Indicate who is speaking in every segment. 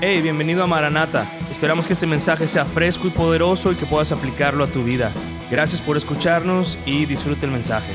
Speaker 1: Hey, bienvenido a Maranata. Esperamos que este mensaje sea fresco y poderoso y que puedas aplicarlo a tu vida. Gracias por escucharnos y disfrute el mensaje.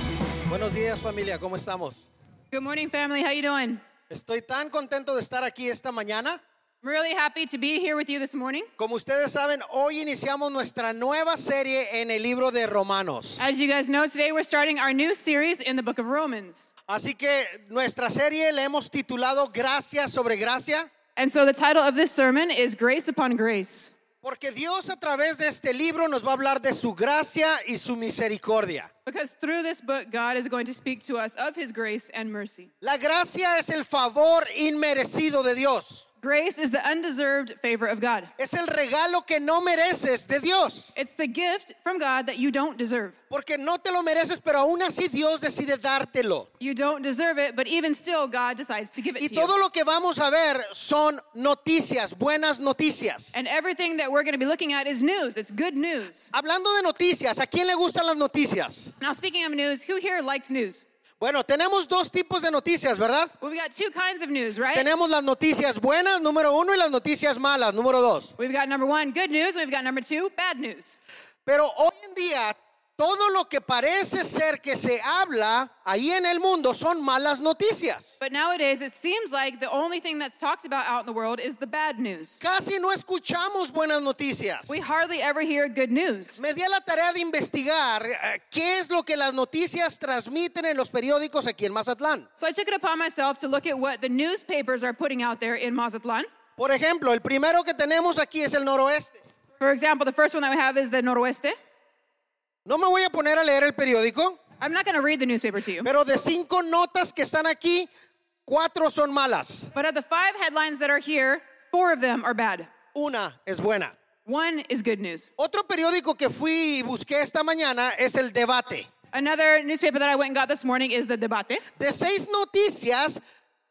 Speaker 2: Buenos días familia, ¿cómo estamos?
Speaker 3: Good morning, family. How you doing?
Speaker 2: Estoy tan contento de estar aquí esta mañana.
Speaker 3: I'm really happy to be here with you this morning.
Speaker 2: Como ustedes saben, hoy iniciamos nuestra nueva serie en el libro de Romanos.
Speaker 3: As you guys know, today we're starting our new series in the book of Romans.
Speaker 2: Así que nuestra serie la hemos titulado Gracia sobre Gracia,
Speaker 3: And so the title of this sermon is Grace Upon Grace.
Speaker 2: porque Dios a través de este libro nos va a hablar de su gracia y su misericordia.
Speaker 3: Because through this book, God is going to speak to us of his grace and mercy.
Speaker 2: La gracia es el favor inmerecido de Dios.
Speaker 3: Grace is the undeserved favor of God,
Speaker 2: Es el regalo que no mereces de Dios,
Speaker 3: it's the gift from God that you don't deserve.
Speaker 2: porque no te lo mereces, pero aún así Dios decide dártelo.
Speaker 3: You don't deserve it, but even still, God decides to give it
Speaker 2: Y
Speaker 3: to
Speaker 2: todo
Speaker 3: you.
Speaker 2: lo que vamos a ver son noticias, buenas noticias.
Speaker 3: And everything that we're going to be looking at is news. It's good news.
Speaker 2: Hablando de noticias, ¿a quién le gustan las noticias?
Speaker 3: Now, speaking of news, who here likes news?
Speaker 2: Bueno, tenemos dos tipos de noticias, ¿verdad?
Speaker 3: Well, we got two kinds of news, right?
Speaker 2: Tenemos las noticias buenas, número uno, y las noticias malas, número dos.
Speaker 3: We've got number one, good news. We've got number two, bad news.
Speaker 2: Pero hoy en día, todo lo que parece ser que se habla ahí en el mundo son malas noticias.
Speaker 3: But nowadays, it seems like the only thing that's talked about out in the world is the bad news.
Speaker 2: Casi no escuchamos buenas noticias.
Speaker 3: We hardly ever hear good news.
Speaker 2: Me di a la tarea de investigar eh, qué es lo que las noticias transmiten en los periódicos aquí en Mazatlán.
Speaker 3: So I took it upon myself to look at what the newspapers are putting out there in Mazatlan.
Speaker 2: Por ejemplo, el primero que tenemos aquí es el noroeste.
Speaker 3: For example, the first one that we have is the Noroeste.
Speaker 2: No me voy a poner a leer el periódico,
Speaker 3: I'm not going to read the newspaper to you.
Speaker 2: pero de cinco notas que están aquí, cuatro son malas.
Speaker 3: But of the five headlines that are here, four of them are bad.
Speaker 2: Una es buena.
Speaker 3: One is good news.
Speaker 2: Otro periódico que fui y busqué esta mañana es el debate.
Speaker 3: Another newspaper that I went and got this morning is the Debate.
Speaker 2: De seis noticias,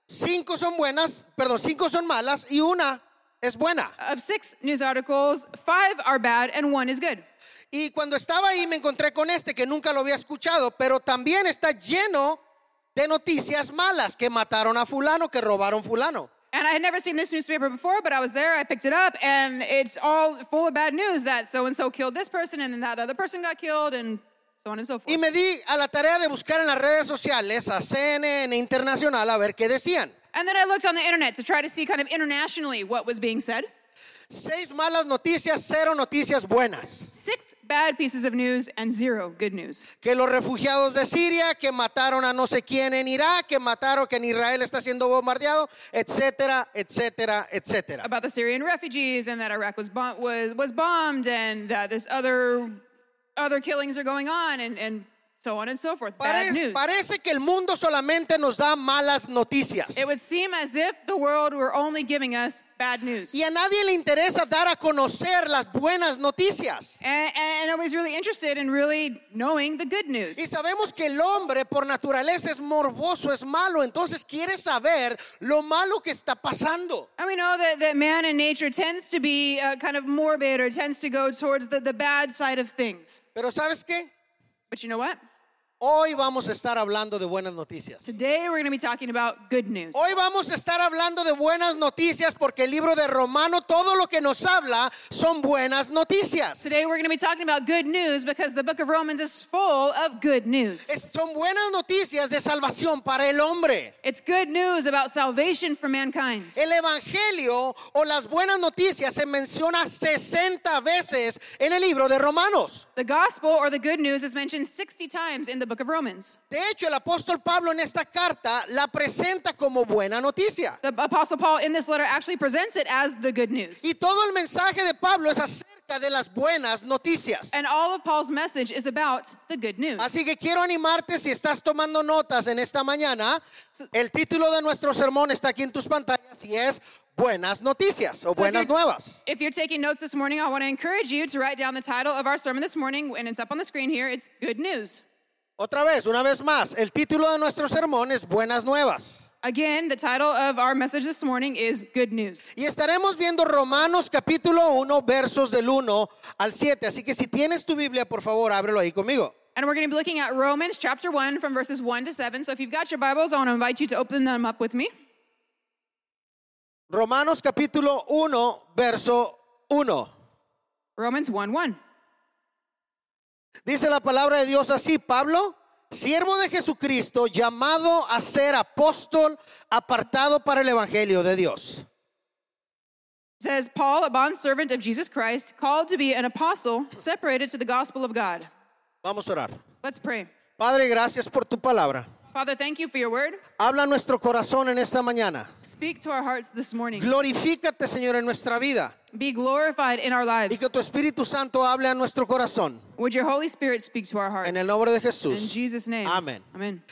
Speaker 2: cinco son buenas, perdón, cinco son malas y una es buena.
Speaker 3: Of six news articles, five are bad and one is good.
Speaker 2: Y cuando estaba ahí me encontré con este que nunca lo había escuchado, pero también está lleno de noticias malas, que mataron a fulano, que robaron fulano.
Speaker 3: And I had never seen this newspaper before, but I was there, I picked it up, and it's all full of bad news that so and so killed this person, and then that other person got killed, and so on and so
Speaker 2: Y
Speaker 3: forth.
Speaker 2: me di a la tarea de buscar en las redes sociales a CNN Internacional a ver qué decían.
Speaker 3: And then I looked on the internet to try to see kind of internationally what was being said.
Speaker 2: Seis malas noticias, cero noticias buenas.
Speaker 3: Six bad pieces of news and zero good news.
Speaker 2: Que los refugiados de Siria, que mataron a no sé quién en Irak, que mataron que en Israel está siendo bombardeado, etcétera, etcétera, etcétera.
Speaker 3: About the Syrian refugees, and that Iraq was, bom- was, was bombed, and that this other, other killings are going on, and, and so on and so forth.
Speaker 2: Pare-
Speaker 3: Bad news.
Speaker 2: parece que el mundo solamente nos da malas noticias.
Speaker 3: It would seem as if the world were only giving us bad news.
Speaker 2: Y a nadie le interesa dar a conocer las buenas noticias.
Speaker 3: And, and nobody's really interested in really knowing the good news.
Speaker 2: Y sabemos que el hombre por naturaleza es morboso, es malo, entonces quiere saber lo malo que está pasando.
Speaker 3: And we know that, that man in nature tends to be uh, kind of morbid or tends to go towards the, the bad side of things.
Speaker 2: Pero ¿sabes qué?
Speaker 3: But you know what?
Speaker 2: Hoy vamos a estar hablando de buenas noticias.
Speaker 3: Today we're going to be talking about good news.
Speaker 2: Hoy vamos a estar hablando de buenas noticias porque el libro de Romano, todo lo que nos habla son buenas noticias.
Speaker 3: Today we're going to be talking about good news because the book of Romans is full of good news.
Speaker 2: Es- son buenas noticias de salvación para el hombre.
Speaker 3: It's good news about salvation for mankind.
Speaker 2: El Evangelio o las buenas noticias se menciona 60 veces en el libro de Romanos.
Speaker 3: The gospel or the good news is mentioned 60 times in the book of Romans.
Speaker 2: De hecho, el apóstol Pablo en esta carta la presenta como buena noticia.
Speaker 3: The apostle Paul in this letter actually presents it as the good news.
Speaker 2: Y todo el mensaje de Pablo es acerca de las buenas noticias.
Speaker 3: And all of Paul's message is about the good news.
Speaker 2: Así que quiero animarte si estás tomando notas en esta mañana. El título de nuestro sermón está aquí en tus pantallas y es Buenas Noticias o
Speaker 3: So if
Speaker 2: Buenas
Speaker 3: you're-
Speaker 2: Nuevas.
Speaker 3: If you're taking notes this morning, I want to encourage you to write down the title of our sermon this morning, and it's up on the screen here. It's Good News.
Speaker 2: Otra vez, una vez más, el título de nuestro sermón es Buenas Nuevas.
Speaker 3: Again, the title of our message this morning is Good News.
Speaker 2: Y estaremos viendo Romanos capítulo 1, versos del 1 al 7. Así que si tienes tu Biblia, por favor, ábrelo ahí conmigo.
Speaker 3: And we're going to be looking at Romans chapter 1 from verses 1 to 7. So if you've got your Bibles, I want to invite you to open them up with me.
Speaker 2: Romanos capítulo 1, verso 1.
Speaker 3: Romans 1 1.
Speaker 2: Dice la palabra de Dios así, Pablo, siervo de Jesucristo, llamado a ser apóstol, apartado para el Evangelio de Dios.
Speaker 3: says, Paul, a bondservant of Jesus Christ, called to be an apostle, separated to the gospel of God.
Speaker 2: Vamos a orar.
Speaker 3: Let's pray.
Speaker 2: Padre, gracias por tu palabra.
Speaker 3: Father, thank you for your word.
Speaker 2: Habla a nuestro corazón en esta mañana.
Speaker 3: Speak to our hearts this morning.
Speaker 2: Glorifícate, Señor, en nuestra vida.
Speaker 3: Be glorified in our
Speaker 2: Y
Speaker 3: lives.
Speaker 2: que tu Espíritu Santo hable a nuestro corazón.
Speaker 3: Would your Holy Spirit speak to our hearts?
Speaker 2: En el nombre de
Speaker 3: In
Speaker 2: Jesús.
Speaker 3: Jesus' name.
Speaker 2: Amen.
Speaker 3: Amen.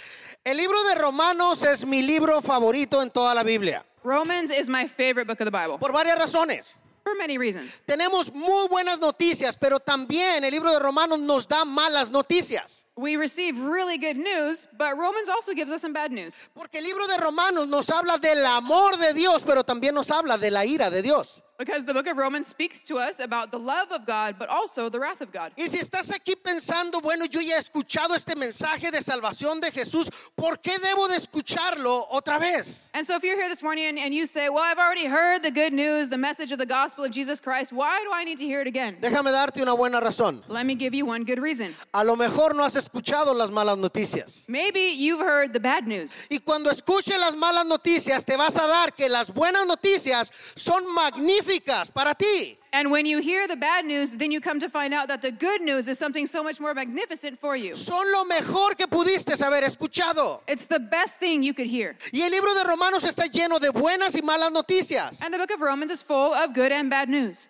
Speaker 2: El libro de Romanos es mi libro favorito en toda la Biblia.
Speaker 3: Romans is my favorite book of the Bible
Speaker 2: Por varias razones.
Speaker 3: for many reasons.
Speaker 2: Tenemos muy buenas noticias, pero también el libro de Romanos nos da malas noticias.
Speaker 3: We receive really good news, but Romans also gives us some bad news
Speaker 2: Porque el libro de Romanos nos habla del amor de Dios, pero también nos habla de la ira de Dios.
Speaker 3: because the book of Romans speaks to us about the love of God, but also the wrath of God.
Speaker 2: Y si estás aquí pensando, bueno, yo ya he escuchado este mensaje de salvación de Jesús, ¿por qué debo de escucharlo otra vez?
Speaker 3: And so, if you're here this morning and, and you say, Well, I've already heard the good news, the message of the gospel of Jesus Christ, why do I need to hear it again?
Speaker 2: Déjame darte una buena razón.
Speaker 3: Let me give you one good reason.
Speaker 2: A lo mejor no has escuchado las malas noticias.
Speaker 3: Maybe you've heard the bad news.
Speaker 2: Y cuando escuches las malas noticias, te vas a dar que las buenas noticias son magníficas para ti.
Speaker 3: And when you hear the bad news, then you come to find out that the good news is something so much more magnificent for you.
Speaker 2: Son lo mejor que pudiste haber escuchado.
Speaker 3: It's the best thing you could hear.
Speaker 2: Y el libro de Romanos está lleno de buenas y malas noticias.
Speaker 3: And the book of Romans is full of good and bad news.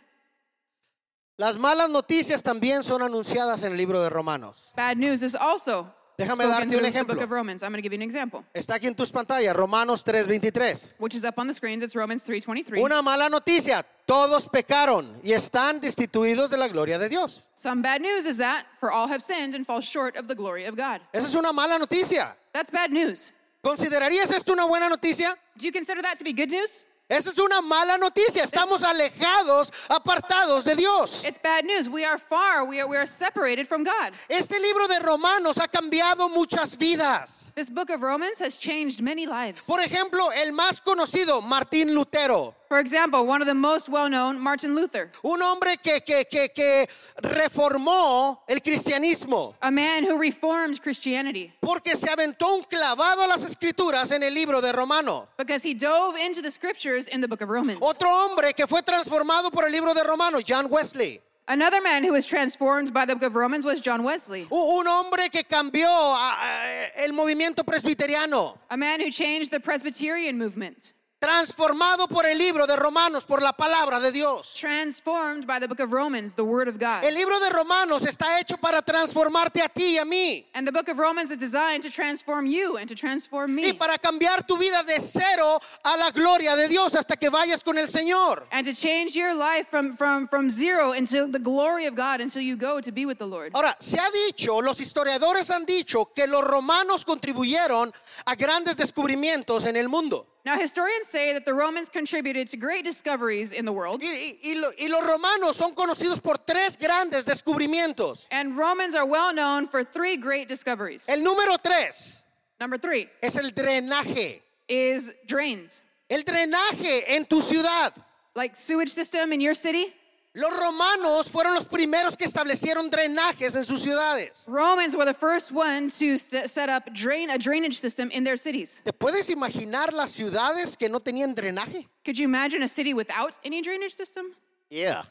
Speaker 2: Las malas noticias también son anunciadas en el libro de Romanos.
Speaker 3: Bad news is also
Speaker 2: Déjame
Speaker 3: spoken
Speaker 2: darte un
Speaker 3: through the
Speaker 2: ejemplo.
Speaker 3: book of Romans. I'm going to give you an example,
Speaker 2: Está aquí en tus pantallas, Romanos 3:23.
Speaker 3: which is up on the screens. It's Romans 3.23.
Speaker 2: Una mala noticia, todos pecaron y están destituidos de la gloria de Dios.
Speaker 3: Some bad news is that, for all have sinned and fall short of the glory of God.
Speaker 2: Esa es una mala noticia.
Speaker 3: That's bad news.
Speaker 2: ¿Considerarías esto una buena noticia?
Speaker 3: Do you consider that to be good news?
Speaker 2: Esa es una mala noticia. Estamos alejados, apartados de Dios.
Speaker 3: It's bad news. We are far, we are, we are separated from God.
Speaker 2: Este libro de Romanos ha cambiado muchas vidas.
Speaker 3: This book of Romans has changed many lives.
Speaker 2: Por ejemplo, el más conocido, Martín Lutero,
Speaker 3: For example, one of the most well known, Martin Luther,
Speaker 2: un hombre que, que, que, que reformó el cristianismo.
Speaker 3: a man who reformed Christianity
Speaker 2: Porque se aventó un clavado a las escrituras en el libro de Romano.
Speaker 3: because he dove into the scriptures in the book of Romans.
Speaker 2: Otro hombre que fue transformado por el libro de Romano, John Wesley.
Speaker 3: Another man who was transformed by the book of Romans was John Wesley,
Speaker 2: U- Un hombre que cambió a- a- el movimiento presbiteriano.
Speaker 3: a man who changed the Presbyterian movement,
Speaker 2: Transformado por el libro de Romanos, por la palabra de Dios.
Speaker 3: transformed by the book of Romans, the Word of God.
Speaker 2: El libro de Romanos está hecho para transformarte a ti y a mí.
Speaker 3: And the book of Romans is designed to transform you and to transform
Speaker 2: Y
Speaker 3: me.
Speaker 2: para cambiar tu vida de cero a la gloria de Dios hasta que vayas con el Señor.
Speaker 3: And to change your life from, from, from zero into the glory of God until you go to be with the Lord.
Speaker 2: Ahora, se ha dicho, los historiadores han dicho que los romanos contribuyeron a grandes descubrimientos en el mundo.
Speaker 3: Now, historians say that the Romans contributed to great discoveries in the world.
Speaker 2: Y, y- y lo- y los romanos son conocidos por tres grandes descubrimientos.
Speaker 3: And Romans are well known for three great discoveries.
Speaker 2: El número tres
Speaker 3: Number three
Speaker 2: es el drenaje.
Speaker 3: is drains,
Speaker 2: El drenaje en tu ciudad.
Speaker 3: like sewage system in your city.
Speaker 2: Los romanos fueron los primeros que establecieron drenajes en sus ciudades.
Speaker 3: Romans were the first one to st- set up drain a drainage system in their cities.
Speaker 2: ¿Te puedes imaginar las ciudades que no tenían drenaje?
Speaker 3: Could you imagine a city without any drainage system?
Speaker 2: Yeah.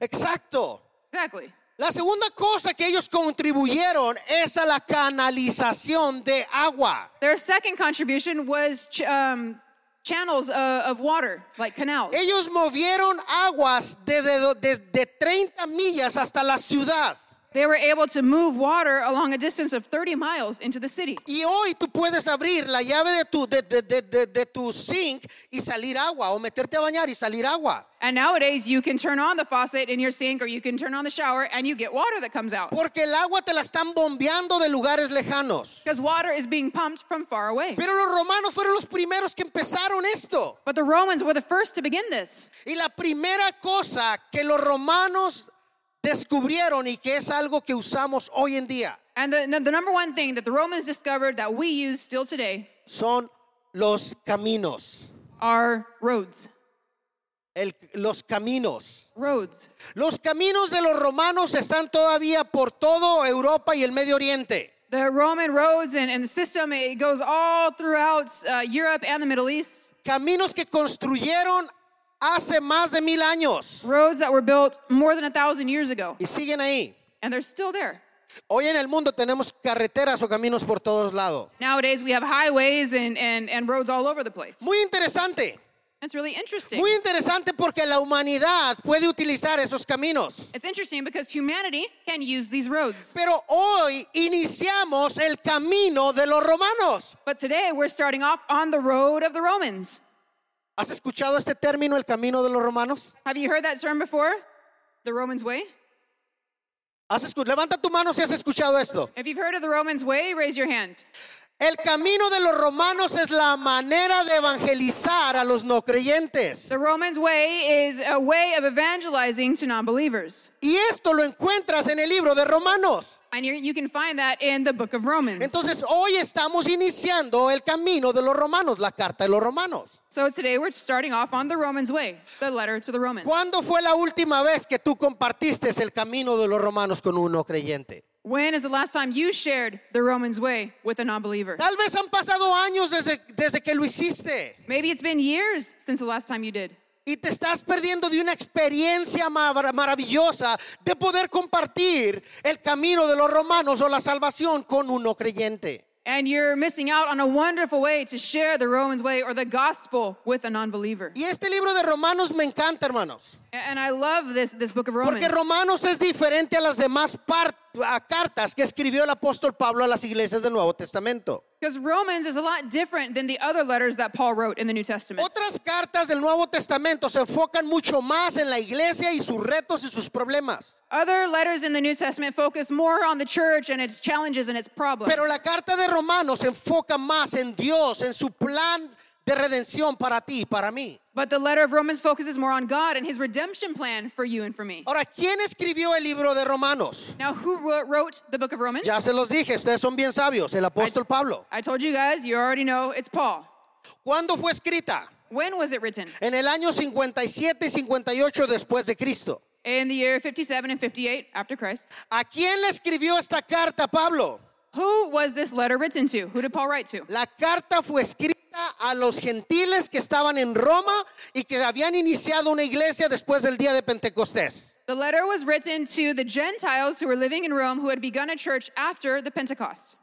Speaker 2: Exacto.
Speaker 3: Exactly.
Speaker 2: La segunda cosa que ellos contribuyeron es a la canalización de agua.
Speaker 3: Their second contribution was ch- um, channels of, of water, like canals.
Speaker 2: Ellos movieron aguas desde, do- desde 30 millas hasta la ciudad.
Speaker 3: They were able to move water along a distance of 30 miles into the city.
Speaker 2: Y hoy tú puedes abrir la llave de tu, de, de- de- de- de tu sink y salir agua, o meterte a bañar y salir agua.
Speaker 3: And nowadays, you can turn on the faucet in your sink or you can turn on the shower and you get water that comes out
Speaker 2: Porque el agua te la están bombeando de lugares lejanos.
Speaker 3: because water is being pumped from far away.
Speaker 2: Pero los romanos fueron los primeros que empezaron esto.
Speaker 3: But the Romans were the first to begin this.
Speaker 2: Y la primera cosa que los romanos descubrieron y que es algo que usamos hoy en día
Speaker 3: And the, the number one thing that the Romans discovered that we use still today
Speaker 2: son los caminos.
Speaker 3: are roads.
Speaker 2: El- los caminos.
Speaker 3: Roads.
Speaker 2: Los caminos de los romanos están todavía por toda Europa y el Medio Oriente.
Speaker 3: The Roman roads and, and the system, it goes all throughout uh, Europe and the Middle East.
Speaker 2: Caminos que construyeron hace más de mil años
Speaker 3: Roads that were built more than a thousand years ago,
Speaker 2: y siguen ahí.
Speaker 3: and they're still there.
Speaker 2: Hoy en el mundo tenemos carreteras o caminos por todos lados.
Speaker 3: Nowadays, we have highways and, and, and roads all over the place.
Speaker 2: Muy interesante.
Speaker 3: It's really interesting.
Speaker 2: Muy interesante porque la humanidad puede utilizar esos caminos.
Speaker 3: It's interesting because humanity can use these roads.
Speaker 2: Pero hoy iniciamos el camino de los romanos.
Speaker 3: But today, we're starting off on the road of the Romans.
Speaker 2: ¿Has escuchado este término, el camino de los romanos?
Speaker 3: Have you heard that term before? The Romans way?
Speaker 2: ¿Has escu- Levanta tu mano si has escuchado esto.
Speaker 3: If you've heard of the Romans way, raise your hand.
Speaker 2: El camino de los romanos es la manera de evangelizar a los no creyentes.
Speaker 3: The Romans way is a way of evangelizing to non believers.
Speaker 2: Y esto lo encuentras en el libro de Romanos.
Speaker 3: And you- you can find that in the book of Romans.
Speaker 2: Entonces hoy estamos iniciando el camino de los romanos, la carta de los romanos.
Speaker 3: So today we're starting off on the Romans way, the letter to the Romans.
Speaker 2: ¿Cuándo fue la última vez que tú compartiste el camino de los romanos con un no creyente?
Speaker 3: When is the last time you shared the Romans way with a non believer?
Speaker 2: Tal vez han pasado años desde, desde que lo hiciste
Speaker 3: Maybe it's been years since the last time you did.
Speaker 2: y te estás perdiendo de una experiencia mar- maravillosa de poder compartir el camino de los romanos o la salvación con un no creyente.
Speaker 3: And you're missing out on a wonderful way to share the Romans way or the gospel with a non believer.
Speaker 2: Y este libro de Romanos me encanta, hermanos.
Speaker 3: And I love this, this book of Romans.
Speaker 2: Porque Romanos es diferente a las demás par- a cartas que escribió el apóstol Pablo a las iglesias del Nuevo Testamento.
Speaker 3: Because Romans is a lot different than the other letters that Paul wrote in the New Testament.
Speaker 2: Otras cartas del Nuevo Testamento se enfocan mucho más en la iglesia y sus retos y sus problemas.
Speaker 3: Other letters in the New Testament focus more on the church and its challenges and its problems.
Speaker 2: Pero la carta de Romanos se enfoca más en Dios, en su plan de redención para ti y para mí.
Speaker 3: But the letter of Romans focuses more on God and his redemption plan for you and for me.
Speaker 2: Ahora, ¿quién escribiw el libro de Romanos?
Speaker 3: Now, who wro- wrote the book of Romans?
Speaker 2: Ya se los dije, ustedes son bien sabios, el apóstol Pablo.
Speaker 3: I told you guys, you already know it's Paul.
Speaker 2: ¿Cuándo fue escrita?
Speaker 3: When was it written?
Speaker 2: En el año 57 y 58 después de Cristo.
Speaker 3: In the year 57 and 58 after Christ.
Speaker 2: ¿A quién le escribió esta carta Pablo?
Speaker 3: Who was this letter written to? Who did Paul write to?
Speaker 2: La carta fue escrita a los gentiles que estaban en Roma y que habían iniciado una iglesia después del día de Pentecostés.
Speaker 3: The letter was written to the Gentiles who were living in Rome who had begun a church after the Pentecost.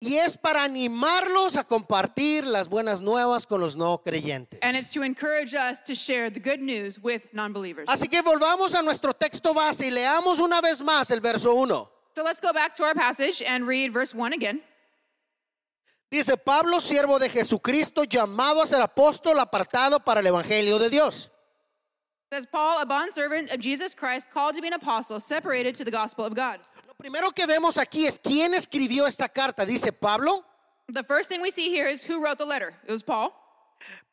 Speaker 2: Y es para animarlos a compartir las buenas nuevas con los no creyentes.
Speaker 3: And it's to encourage us to share the good news with non believers.
Speaker 2: Así que volvamos a nuestro texto base y leamos una vez más el verso 1.
Speaker 3: So let's go back to our passage and read verse 1 again.
Speaker 2: Dice Pablo, siervo de Jesucristo, llamado a ser apóstol, apartado para el Evangelio de Dios.
Speaker 3: It says, Paul, a bondservant of Jesus Christ, called to be an apostle, separated to the gospel of God.
Speaker 2: Lo primero que vemos aquí es quién escribió esta carta. Dice Pablo,
Speaker 3: The first thing we see here is who wrote the letter. It was Paul.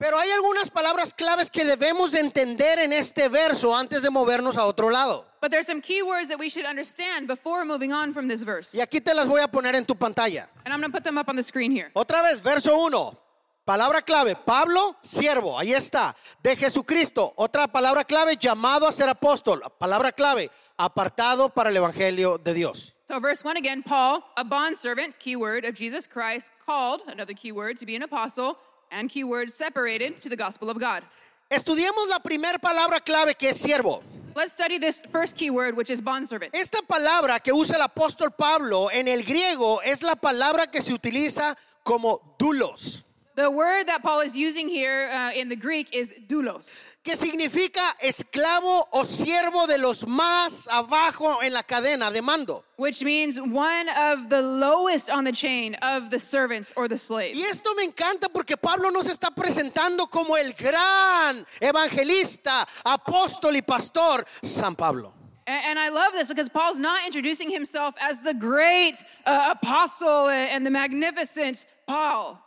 Speaker 2: Pero hay algunas palabras claves que debemos de entender en este verso antes de movernos a otro lado.
Speaker 3: But there's some key words that we should understand before moving on from this verse.
Speaker 2: Y aquí te las voy a poner en tu pantalla.
Speaker 3: And I'm going to put them up on the screen here.
Speaker 2: Otra vez, verso 1. Palabra clave, Pablo, siervo, ahí está, de Jesucristo. Otra palabra clave, llamado a ser apóstol. Palabra clave, apartado para el Evangelio de Dios.
Speaker 3: So, verse 1 again Paul, a bondservant, key word, of Jesus Christ, called, another key word, to be an apostle, and key word, separated to the gospel of God.
Speaker 2: Estudiemos la primera palabra clave que es siervo.
Speaker 3: Let's study this first key word, which is bondservant.
Speaker 2: Esta palabra que usa el apóstol Pablo en el griego es la palabra que se utiliza como dulos.
Speaker 3: The word that Paul is using here uh, in the Greek is doulos.
Speaker 2: que significa esclavo o siervo de los más abajo en la cadena de mando.
Speaker 3: which means one of the lowest on the chain of the servants or the slaves.
Speaker 2: Y esto me encanta porque Pablo nos está presentando como el gran evangelista, apóstol y pastor, San Pablo.
Speaker 3: A- And, I love this because Paul's not introducing himself as the great uh, apostle and, and the magnificent Paul.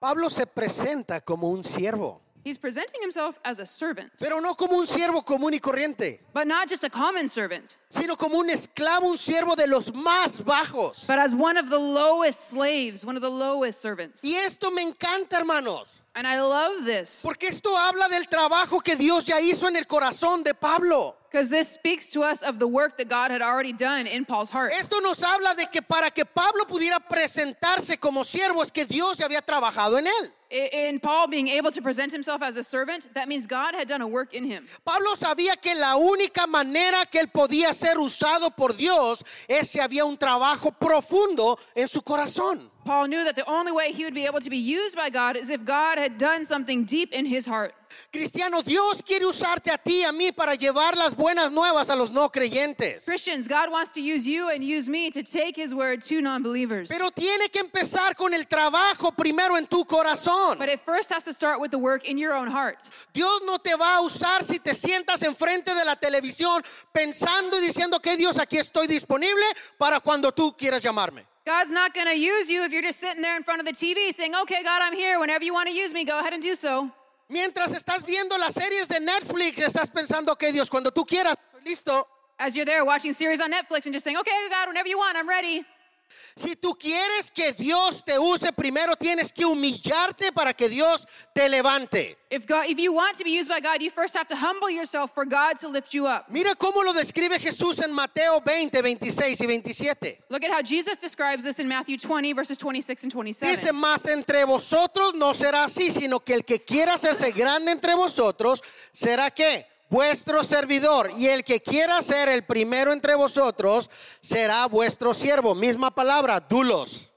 Speaker 2: Pablo se presenta como un siervo.
Speaker 3: He's presenting himself as a servant,
Speaker 2: pero no como un siervo común y corriente,
Speaker 3: but not just a common servant,
Speaker 2: sino como un esclavo, un siervo de los más bajos.
Speaker 3: but as one of the lowest slaves, one of the lowest servants.
Speaker 2: Y esto me encanta, hermanos,
Speaker 3: And I love this
Speaker 2: porque esto habla del trabajo que Dios ya hizo en el corazón de Pablo.
Speaker 3: because this speaks to us of the work that God had already done in Paul's heart.
Speaker 2: Esto nos habla de que para que Pablo pudiera presentarse como siervo es que Dios ya había trabajado en él.
Speaker 3: I- In Paul being able to present himself as a servant, that means God had done a work in him.
Speaker 2: Pablo sabía que la única manera que él podía ser usado por Dios es si había un trabajo profundo en su corazón.
Speaker 3: Paul knew that the only way he would be able to be used by God is if God had done something deep in his heart.
Speaker 2: Cristiano, Dios quiere usarte a ti y a mí para llevar las buenas nuevas a los no creyentes.
Speaker 3: Christians, God wants to use you and use me to take his word to non believers.
Speaker 2: Pero tiene que empezar con el trabajo primero en tu corazón.
Speaker 3: But it first has to start with the work in your own heart.
Speaker 2: Dios no te va a usar si te sientas enfrente de la televisión pensando y diciendo que Dios aquí estoy disponible para cuando tú quieras llamarme.
Speaker 3: God's not going to use you if you're just sitting there in front of the TV saying, okay, God, I'm here. Whenever you want to use me, go ahead and do so.
Speaker 2: Mientras estás viendo las series de Netflix, estás pensando que Dios cuando tú quieras, estoy listo.
Speaker 3: As you're there watching series on Netflix and just saying, okay, God, whenever you want, I'm ready.
Speaker 2: Si tú quieres que Dios te use, primero tienes que humillarte para que Dios te levante.
Speaker 3: If, God, if you want to be used by God, you first have to humble yourself for God to lift you up.
Speaker 2: Mira cómo lo describe Jesús en Mateo 20, 26 y 27.
Speaker 3: Look at how Jesus describes this in Matthew 20, verses 26 and 27.
Speaker 2: Dice más entre vosotros no será así, sino que el que quiera hacerse grande entre vosotros será que vuestro servidor y el que quiera ser el primero entre vosotros será vuestro siervo. Misma palabra, dulos.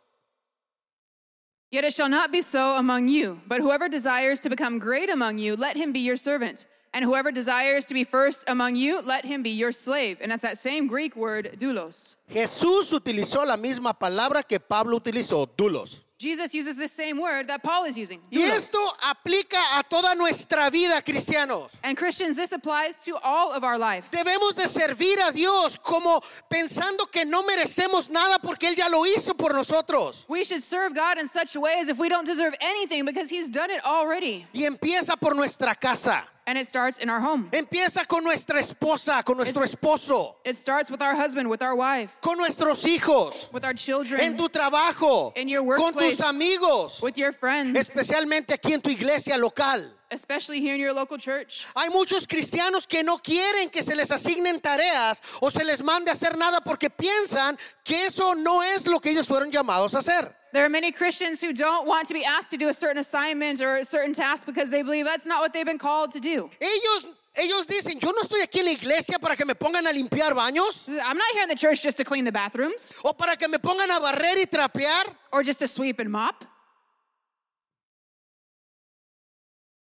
Speaker 3: Yet it shall not be so among you, but whoever desires to become great among you, let him be your servant. And whoever desires to be first among you, let him be your slave. And that's that same Greek word, doulos.
Speaker 2: Jesús utilizó la misma palabra que Pablo utilizó, dulos.
Speaker 3: Jesus uses this same word that Paul is using.
Speaker 2: Y
Speaker 3: doulos.
Speaker 2: esto aplica a toda nuestra vida, cristianos.
Speaker 3: And Christians, this applies to all of our life.
Speaker 2: Debemos de servir a Dios como pensando que no merecemos nada porque Él ya lo hizo por nosotros.
Speaker 3: We should serve God in such a way as if we don't deserve anything because He's done it already.
Speaker 2: Y empieza por nuestra casa.
Speaker 3: And it starts in our home,
Speaker 2: Empieza con nuestra esposa, con nuestro
Speaker 3: Es-
Speaker 2: esposo,
Speaker 3: it starts with our husband, with our wife,
Speaker 2: con nuestros hijos,
Speaker 3: with our children,
Speaker 2: en tu trabajo,
Speaker 3: In your
Speaker 2: con tus
Speaker 3: workplace.
Speaker 2: amigos,
Speaker 3: with your friends,
Speaker 2: especialmente aquí en tu iglesia local.
Speaker 3: especially here in your local church.
Speaker 2: Hay muchos cristianos que no quieren que se les asignen tareas o se les mande a hacer nada porque piensan que eso no es lo que ellos fueron llamados a hacer.
Speaker 3: There are many Christians who don't want to be asked to do a certain assignment or a certain task because they believe that's not what they've been called to do.
Speaker 2: Ellos, ellos dicen, yo no estoy aquí en la iglesia para que me pongan a limpiar baños
Speaker 3: I'm not here in the church just to clean the bathrooms
Speaker 2: o para que me pongan a barrer y trapear.
Speaker 3: or just to sweep and mop.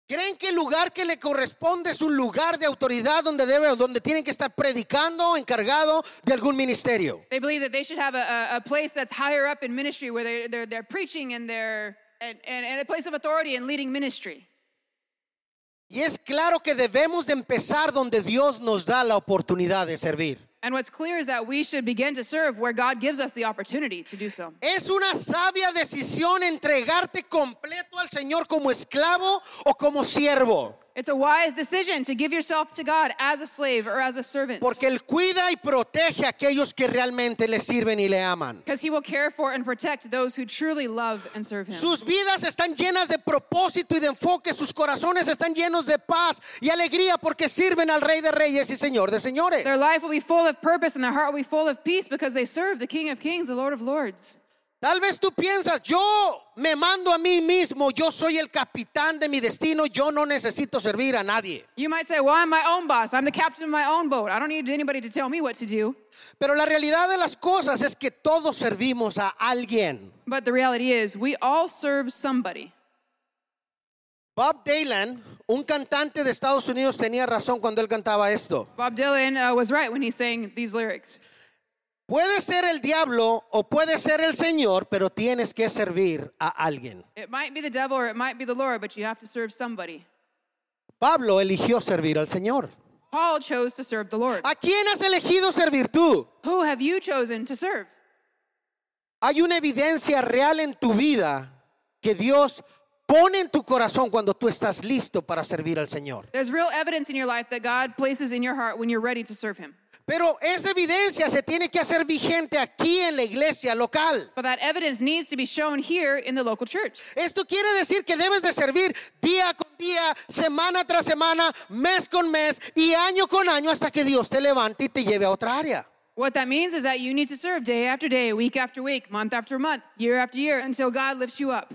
Speaker 2: Creen que el lugar que le corresponde es un lugar de autoridad donde debe, donde tienen que estar predicando, encargado de algún ministerio.
Speaker 3: They believe that they should have a, a, a place that's higher up in ministry where they, they're, they're preaching and they're and, and, and a place of authority and leading ministry.
Speaker 2: Y es claro que debemos de empezar donde Dios nos da la oportunidad de servir.
Speaker 3: And what's clear is that we should begin to serve where God gives us the opportunity to do so.
Speaker 2: Es una sabia decisión entregarte completo al Señor como esclavo o como siervo,
Speaker 3: It's a wise decision to give yourself to God as a slave or as a servant.
Speaker 2: porque Él cuida y protege a aquellos que realmente le sirven y le aman.
Speaker 3: Because he will care for and protect those who truly love and serve him.
Speaker 2: Sus vidas están llenas de propósito y de enfoque, sus corazones están llenos de paz y alegría porque sirven al Rey de Reyes y Señor de Señores.
Speaker 3: Their life will be full of purpose and their heart will be full of peace because they serve the King of Kings, the Lord of Lords.
Speaker 2: Tal vez tú piensas, yo me mando a mí mismo, yo soy el capitán de mi destino, yo no necesito servir a nadie.
Speaker 3: You might say, Well, I'm my own boss. I'm the captain of my own boat. I don't need anybody to tell me what to do.
Speaker 2: Pero la realidad de las cosas es que todos servimos a alguien.
Speaker 3: But the reality is, we all serve somebody.
Speaker 2: Bob Dylan, un cantante de Estados Unidos, tenía razón cuando él cantaba esto.
Speaker 3: Bob Dylan uh, was right when he sang these lyrics.
Speaker 2: Puede ser el diablo o puede ser el Señor, pero tienes que servir a alguien.
Speaker 3: It might be the devil or it might be the Lord, but you have to serve somebody.
Speaker 2: Pablo eligió servir al Señor.
Speaker 3: Paul chose to serve the Lord.
Speaker 2: ¿A quién has elegido servir tú?
Speaker 3: Who have you chosen to serve?
Speaker 2: Hay una evidencia real en tu vida que Dios pon en tu corazón cuando tú estás listo para servir al Señor.
Speaker 3: There's real evidence in your life that God places in your heart when you're ready to serve Him.
Speaker 2: Pero esa evidencia se tiene que hacer vigente aquí en la iglesia local.
Speaker 3: But that evidence needs to be shown here in the local church.
Speaker 2: Esto quiere decir que debes de servir día con día, semana tras semana, mes con mes y año con año hasta que Dios te levante y te lleve a otra área.
Speaker 3: What that means is that you need to serve day after day, week after week, month after month, year after year, until God lifts you up.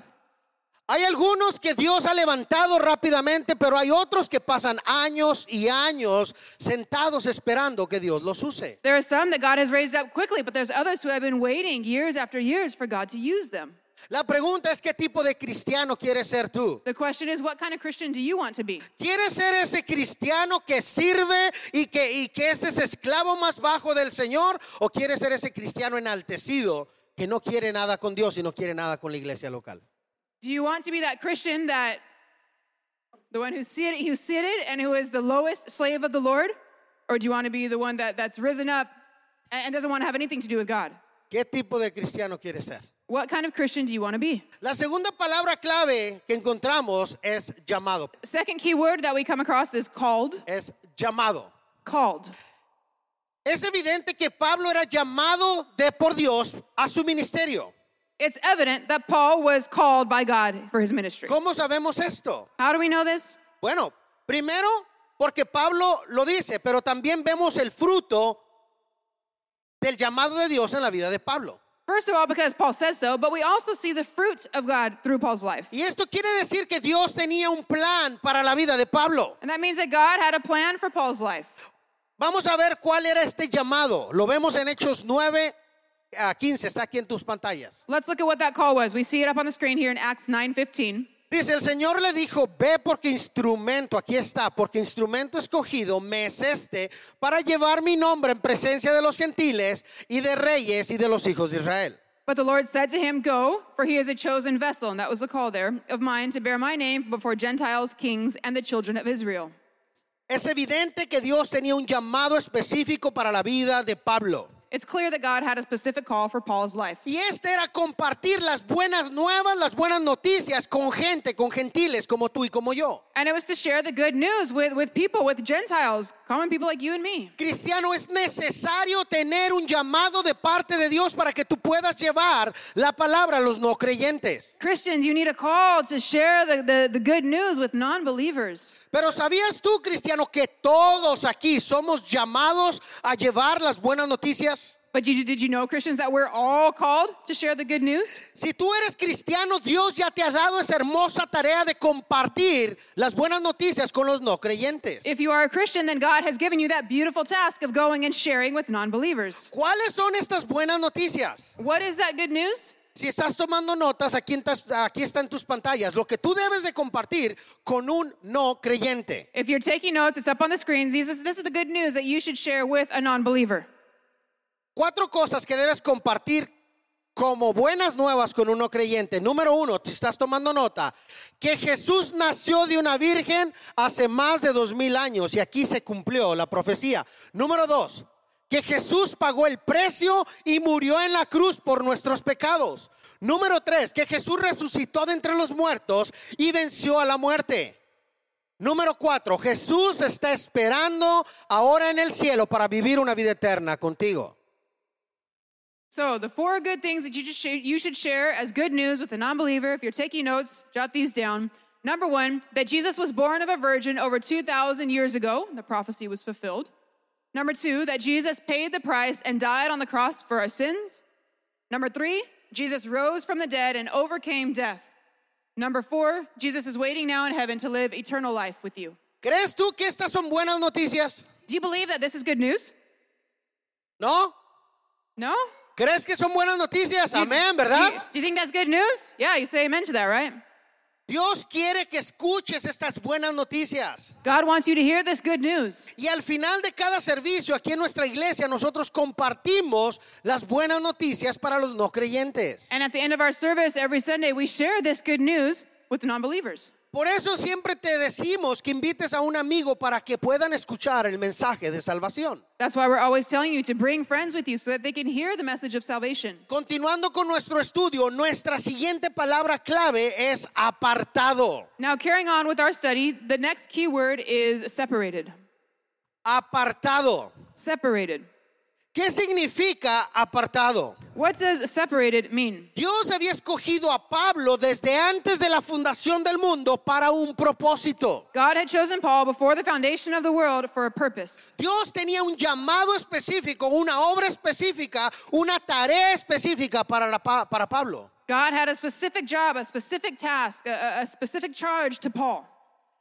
Speaker 2: Hay algunos que Dios ha levantado rápidamente, pero hay otros que pasan años y años sentados esperando que Dios los use.
Speaker 3: There are some that God has raised up quickly, but there's others who have been waiting years after years for God to use them.
Speaker 2: La pregunta es qué tipo de cristiano quieres ser tú.
Speaker 3: The question is, what kind of Christian do you want to be?
Speaker 2: ¿Quieres ser ese cristiano que sirve y que, y que es ese esclavo más bajo del Señor? ¿O quieres ser ese cristiano enaltecido que no quiere nada con Dios y no quiere nada con la iglesia local?
Speaker 3: Do you want to be that Christian that the one who's seated, who's seated and who is the lowest slave of the Lord? Or do you want to be the one that, that's risen up and, and doesn't want to have anything to do with God?
Speaker 2: ¿Qué tipo de cristiano quieres ser?
Speaker 3: What kind of Christian do you want to be?
Speaker 2: La segunda palabra clave que encontramos es llamado.
Speaker 3: Second key word that we come across is called.
Speaker 2: Es llamado.
Speaker 3: Called.
Speaker 2: Es evidente que Pablo era llamado de por Dios a su ministerio.
Speaker 3: It's evident that Paul was called by God for his ministry.
Speaker 2: ¿Cómo sabemos esto?
Speaker 3: How do we know this?
Speaker 2: Bueno, primero porque Pablo lo dice, pero también vemos el fruto del llamado de Dios en la vida de Pablo.
Speaker 3: First of all, because Paul says so, but we also see the fruit of God through Paul's life.
Speaker 2: Y esto quiere decir que Dios tenía un plan para la vida de Pablo.
Speaker 3: And that means that God had a plan for Paul's life.
Speaker 2: Vamos a ver cuál era este llamado. Lo vemos en Hechos 9 a 15, está aquí en tus pantallas.
Speaker 3: Let's look at what that call was. We see it up on the screen here in Acts 9:15.
Speaker 2: Dice, el Señor le dijo, ve porque instrumento, aquí está, porque instrumento escogido me es este para llevar mi nombre en presencia de los gentiles y de reyes y de los hijos de Israel.
Speaker 3: But the Lord said to him, Go, for he is a chosen vessel, and that was the call there, of mine to bear my name before Gentiles, kings, and the children of Israel.
Speaker 2: Es evidente que Dios tenía un llamado específico para la vida de Pablo.
Speaker 3: It's clear that God had a specific call for Paul's life.
Speaker 2: Y este era compartir las buenas nuevas, las buenas noticias con gente, con gentiles como tú y como yo.
Speaker 3: And it was to share the good news with, with people, with Gentiles, common people like you and me.
Speaker 2: Cristiano, es necesario tener un llamado de parte de Dios para que tú puedas llevar la palabra a los no creyentes.
Speaker 3: Christians, you need a call to share the, the, the good news with non believers.
Speaker 2: Pero ¿sabías tú, Cristiano, que todos aquí somos llamados a llevar las buenas noticias?
Speaker 3: But you, did you know, Christians, that we're all called to share the good news?
Speaker 2: Si tú eres cristiano, Dios ya te ha dado esa hermosa tarea de compartir las buenas noticias con los no creyentes.
Speaker 3: If you are a Christian, then God has given you that beautiful task of going and sharing with non believers.
Speaker 2: ¿Cuáles son estas buenas noticias?
Speaker 3: What is that good news?
Speaker 2: Si estás tomando notas, aquí, en tas- aquí está en tus pantallas lo que tú debes de compartir con un no creyente.
Speaker 3: If you're taking notes, it's up on the screen. This is, this is the good news that you should share with a non believer.
Speaker 2: Cuatro cosas que debes compartir como buenas nuevas con un no creyente. Número uno, te estás tomando nota, que Jesús nació de una virgen hace más de dos mil años y aquí se cumplió la profecía. Número dos, que Jesús pagó el precio y murió en la cruz por nuestros pecados. Número tres, que Jesús resucitó de entre los muertos y venció a la muerte. Número cuatro, Jesús está esperando ahora en el cielo para vivir una vida eterna contigo.
Speaker 3: So, the four good things that you, just sh- you should share as good news with a non believer, if you're taking notes, jot these down. Number one, that Jesus was born of a virgin over 2,000 years ago. The prophecy was fulfilled. Number two, that Jesus paid the price and died on the cross for our sins. Number three, Jesus rose from the dead and overcame death. Number four, Jesus is waiting now in heaven to live eternal life with you.
Speaker 2: ¿Crees tú que estas son buenas noticias?
Speaker 3: Do you believe that this is good news?
Speaker 2: ¿No?
Speaker 3: No?
Speaker 2: ¿Crees que son buenas noticias? Amén,
Speaker 3: Do you,
Speaker 2: ¿verdad?
Speaker 3: do you think that's good news? Yeah, you say amen to that, right?
Speaker 2: Dios quiere que escuches estas buenas noticias.
Speaker 3: God wants you to hear this good news.
Speaker 2: Y al final de cada servicio aquí en nuestra iglesia nosotros compartimos las buenas noticias para los no creyentes.
Speaker 3: And at the end of our service every Sunday, we share this good news with the non believers.
Speaker 2: Por eso siempre te decimos que invites a un amigo para que puedan escuchar el mensaje de salvación.
Speaker 3: That's why we're always telling you to bring friends with you so that they can hear the message of salvation.
Speaker 2: Continuando con nuestro estudio, nuestra siguiente palabra clave es apartado.
Speaker 3: Now, carrying on with our study, the next key word is separated.
Speaker 2: Apartado.
Speaker 3: Separated.
Speaker 2: ¿Qué significa apartado?
Speaker 3: What does separated mean?
Speaker 2: Dios había escogido a Pablo desde antes de la fundación del mundo para un propósito.
Speaker 3: God had chosen Paul before the foundation of the world for a purpose.
Speaker 2: Dios tenía un llamado específico, una obra específica, una tarea específica para, la pa- para Pablo.
Speaker 3: God had a specific job, a specific task, a- a, a specific charge to Paul.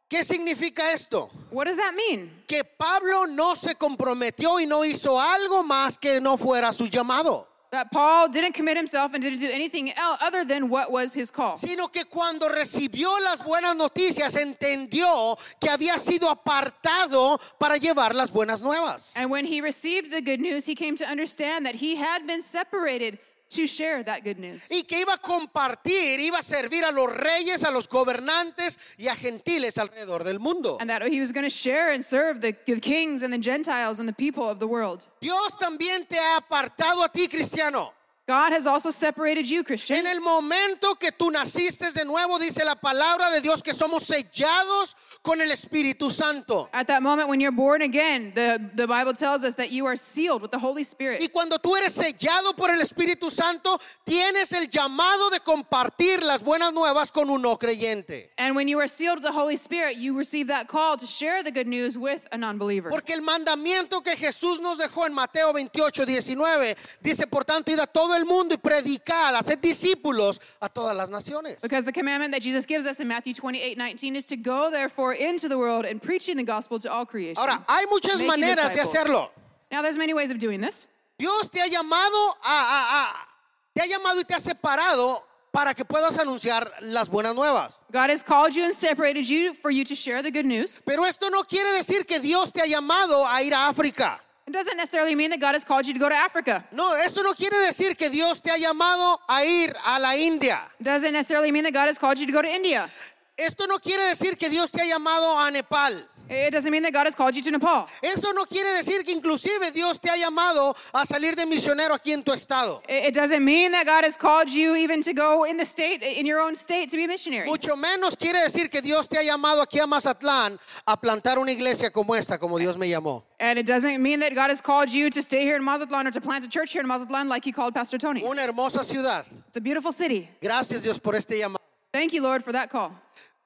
Speaker 2: ¿Qué significa esto?
Speaker 3: What does that mean?
Speaker 2: Que Pablo no se comprometió y no hizo algo más que no fuera su llamado.
Speaker 3: That Paul didn't commit himself and didn't do anything else other than what was his call.
Speaker 2: sino que cuando recibió las buenas noticias entendió que había sido apartado para llevar las buenas nuevas.
Speaker 3: And when he received the good news, he came to understand that he had been separated to share that good news.
Speaker 2: Y que iba a compartir, iba a servir a los reyes, a los gobernantes y a gentiles alrededor del mundo.
Speaker 3: And that he was going to share and serve the, the kings and the Gentiles and the people of the world.
Speaker 2: Dios también te ha apartado a ti, cristiano.
Speaker 3: God has also separated you, Christian.
Speaker 2: En el momento que tú naciste de nuevo, dice la palabra de Dios que somos sellados con el Espíritu Santo.
Speaker 3: At that moment when you're born again, the, the Bible tells us that you are sealed with the Holy
Speaker 2: Y
Speaker 3: Spirit.
Speaker 2: cuando tú eres sellado por el Espíritu Santo, tienes el llamado de compartir las buenas nuevas con un no creyente.
Speaker 3: And when you are sealed with the Holy Spirit, you receive that call to share the good news with a non believer.
Speaker 2: Porque el mandamiento que Jesús nos dejó en Mateo 28, 19, dice, por tanto, id a todo el mundo y predicad, haced discípulos a todas las naciones.
Speaker 3: Because the commandment that Jesus gives us in Matthew 28 19 is to go, therefore, into the world and preaching the gospel to all creation.
Speaker 2: Ahora, ah. hay muchas
Speaker 3: Making
Speaker 2: maneras de
Speaker 3: disciples.
Speaker 2: hacerlo.
Speaker 3: Now, there's many ways of doing this.
Speaker 2: Dios te ha llamado a, a- a- te ha llamado y te ha separado para que puedas anunciar las buenas nuevas.
Speaker 3: God has called you and separated you for you to share the good news.
Speaker 2: Pero esto no quiere decir que Dios te ha llamado a ir a África.
Speaker 3: It doesn't necessarily mean that God has called you to go to Africa.
Speaker 2: No, eso no quiere decir que Dios te ha llamado a ir a la India.
Speaker 3: It doesn't necessarily mean that God has called you to go to India.
Speaker 2: Esto no quiere decir que Dios te ha llamado a Nepal.
Speaker 3: It doesn't mean that God has called you to Nepal.
Speaker 2: Eso no quiere decir que inclusive Dios te ha llamado a salir de misionero aquí en tu estado.
Speaker 3: It it doesn't mean that God has called you even to go in the state, in your own state, to be a missionary.
Speaker 2: Mucho menos quiere decir que Dios te ha llamado aquí a Mazatlán a plantar una iglesia como esta, como Dios me llamó.
Speaker 3: And it doesn't mean that God has called you to stay here in Mazatlan or to plant a church here in Mazatlan like he called Pastor Tony.
Speaker 2: Una hermosa ciudad.
Speaker 3: It's a beautiful city.
Speaker 2: Gracias Dios por este llamado.
Speaker 3: Thank you, Lord, for that call.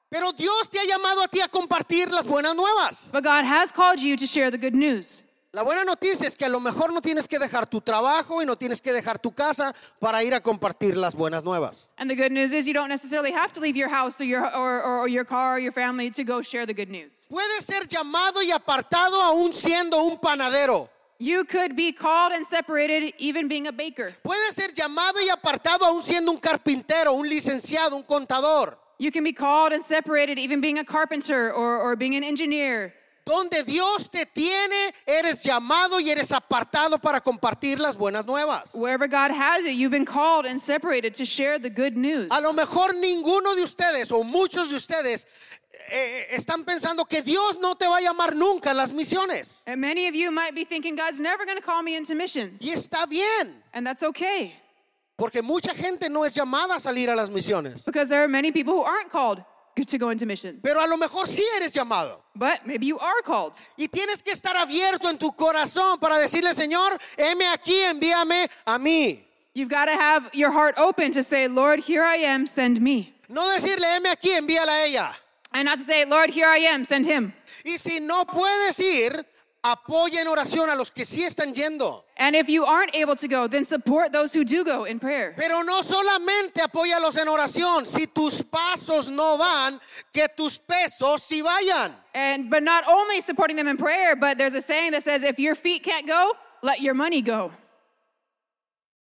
Speaker 2: Pero Dios te ha llamado a ti a compartir las buenas nuevas.
Speaker 3: But God has called you to share the good news.
Speaker 2: La buena noticia es que a lo mejor no tienes que dejar tu trabajo y no tienes que dejar tu casa para ir a compartir las buenas nuevas.
Speaker 3: And the good news is you don't necessarily have to leave your house or your, or, or, or your car or your family to go share the good news.
Speaker 2: Puedes ser llamado y apartado aún siendo un panadero.
Speaker 3: You could be called and separated even being a baker.
Speaker 2: Puedes ser llamado y apartado aún siendo un carpintero, un licenciado, un contador.
Speaker 3: You can be called and separated even being a carpenter or, or being an engineer.
Speaker 2: Donde Dios te tiene, eres llamado y eres apartado para compartir las buenas nuevas.
Speaker 3: Wherever God has you, you've been called and separated to share the good news.
Speaker 2: A lo mejor ninguno de ustedes o muchos de ustedes eh, eh, están pensando que Dios no te va a llamar nunca a las misiones.
Speaker 3: And many of you might be thinking, God's never going to call me into missions.
Speaker 2: Y está bien,
Speaker 3: And that's okay,
Speaker 2: porque mucha gente no es llamada a salir a las misiones.
Speaker 3: because there are many people who aren't called to go into missions.
Speaker 2: Pero a lo mejor sí eres llamado.
Speaker 3: But maybe you are called.
Speaker 2: Y tienes que estar abierto en tu corazón para decirle, Señor, heme aquí, envíame a mí.
Speaker 3: You've got to have your heart open to say, Lord, here I am, send me.
Speaker 2: No decirle, heme aquí, envíala a ella.
Speaker 3: And not to say, Lord, here I am, send him.
Speaker 2: Y si no puedes ir, apoya en oración a los que sí están yendo.
Speaker 3: And if you aren't able to go, then support those who do go in prayer.
Speaker 2: Pero no solamente apóyalos en oración, si tus pasos no van, que tus pesos sí vayan.
Speaker 3: And but not only supporting them in prayer, but there's a saying that says, if your feet can't go, let your money go.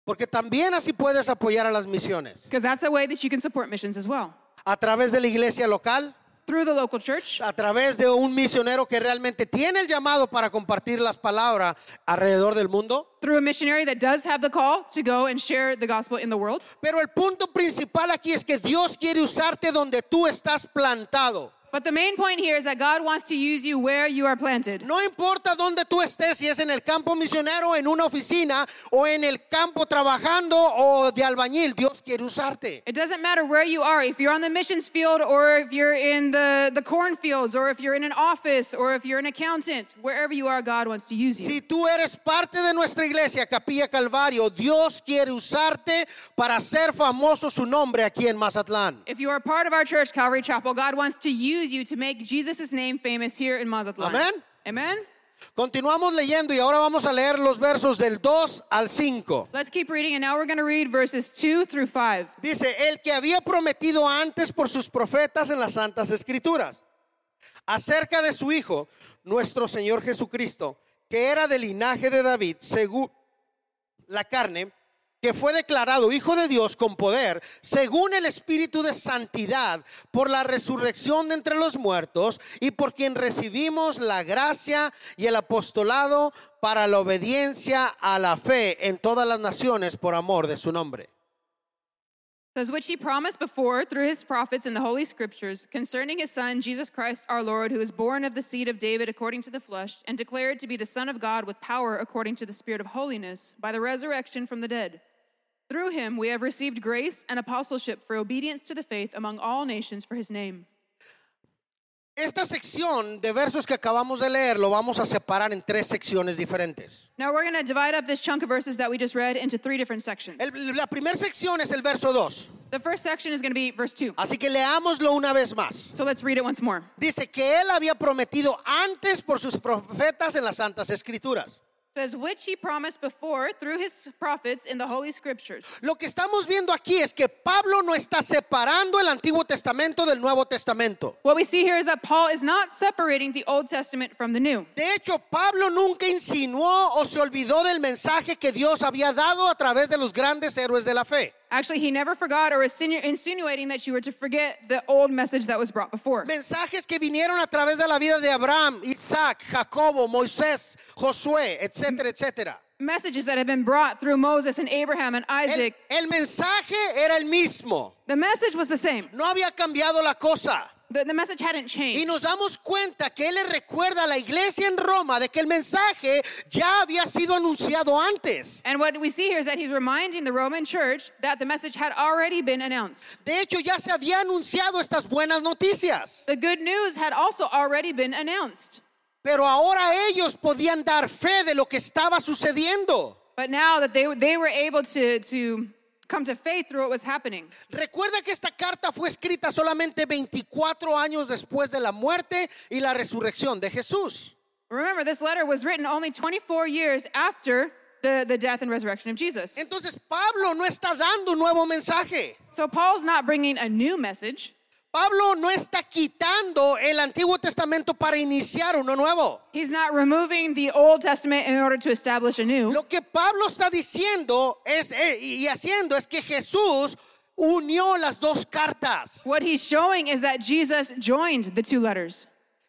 Speaker 2: Porque también así puedes apoyar a las misiones.
Speaker 3: Because that's a way that you can support missions as well.
Speaker 2: A través de la iglesia local,
Speaker 3: through the local church,
Speaker 2: a través de un misionero que realmente tiene el llamado para compartir las palabras alrededor del mundo.
Speaker 3: through a missionary that does have the call to go and share the gospel in the world.
Speaker 2: Pero el punto principal aquí es que Dios quiere usarte donde tú estás plantado.
Speaker 3: But the main point here is that God wants to use you where you are planted.
Speaker 2: No importa dónde tú estés, si es en el campo misionero, en una oficina o en el campo trabajando o de albañil, Dios quiere usarte.
Speaker 3: It doesn't matter where you are, if you're on the missions field or if you're in the, the cornfields or if you're in an office or if you're an accountant, wherever you are, God wants to use you.
Speaker 2: Si tú eres parte de nuestra iglesia, Capilla Calvario, Dios quiere usarte para hacer famoso su nombre aquí en Mazatlán.
Speaker 3: If you are part of our church, Calvary Chapel, God wants to use you to make Jesus' name famous here in Mazatlan.
Speaker 2: Amen.
Speaker 3: Amen.
Speaker 2: Continuamos leyendo y ahora vamos a leer los versos del 2 al 5.
Speaker 3: Let's keep reading, and now we're going to read verses 2 through 5.
Speaker 2: Dice, el que había prometido antes por sus profetas en las Santas Escrituras, acerca de su Hijo, nuestro Señor Jesucristo, que era del linaje de David, según la carne, que fue declarado Hijo de Dios con poder, según el Espíritu de Santidad, por la resurrección de entre los muertos, y por quien recibimos la gracia y el apostolado para la obediencia a la fe en todas las naciones por amor de su nombre.
Speaker 3: Says which he promised before through his prophets in the holy scriptures concerning his son Jesus Christ our Lord, who is born of the seed of David according to the flesh, and declared to be the Son of God with power according to the Spirit of holiness by the resurrection from the dead. Through him we have received grace and apostleship for obedience to the faith among all nations for his name.
Speaker 2: Esta sección de versos que acabamos de leer lo vamos a separar en tres secciones diferentes.
Speaker 3: Now we're going to divide up this chunk of verses that we just read into three different sections.
Speaker 2: El- la primera sección es el verso 2,
Speaker 3: The first section is going to be verse 2.
Speaker 2: así que leámoslo una vez más.
Speaker 3: So let's read it once more.
Speaker 2: Dice que él había prometido antes por sus profetas en las santas escrituras.
Speaker 3: says which he promised before through his prophets in the holy scriptures.
Speaker 2: Lo que estamos viendo aquí es que Pablo no está separando el Antiguo Testamento del Nuevo Testamento.
Speaker 3: What we see here is that Paul is not separating the Old Testament from the New.
Speaker 2: De hecho, Pablo nunca insinuó o se olvidó del mensaje que Dios había dado a través de los grandes héroes de la fe.
Speaker 3: Actually, he never forgot or insinu- insinuating that you were to forget the old message that was brought before.
Speaker 2: Mensajes que vinieron a través de la vida de Abraham, Isaac, Jacobo, Moisés, Josué, etcétera, etcétera.
Speaker 3: Messages that have been brought through Moses and Abraham and
Speaker 2: El,
Speaker 3: Isaac.
Speaker 2: el mensaje era el mismo,
Speaker 3: The message was the same.
Speaker 2: no había cambiado la cosa.
Speaker 3: The, the message hadn't
Speaker 2: Y
Speaker 3: changed.
Speaker 2: nos damos cuenta que él le recuerda a la iglesia en Roma de que el mensaje ya había sido anunciado antes.
Speaker 3: And what we see here is that he's reminding the Roman church that the message had already been announced.
Speaker 2: De hecho, ya se había anunciado estas buenas noticias,
Speaker 3: The good news had also already been announced.
Speaker 2: pero ahora ellos podían dar fe de lo que estaba sucediendo.
Speaker 3: But now that they, they were able to, to come to faith through what was happening.
Speaker 2: Recuerda que esta carta fue escrita solamente 24 años después de la muerte y la resurrección de Jesús.
Speaker 3: Remember, this letter was written only 24 years after the, the death and resurrection of Jesus.
Speaker 2: Entonces Pablo no está dando un nuevo mensaje.
Speaker 3: So Paul's not bringing a new message.
Speaker 2: Pablo no está quitando el Antiguo Testamento para iniciar uno nuevo.
Speaker 3: He's not removing the Old Testament in order to establish a new.
Speaker 2: Lo que Pablo está diciendo es eh, y y haciendo es que Jesús unió las dos cartas,
Speaker 3: What he's showing is that Jesus joined the two letters,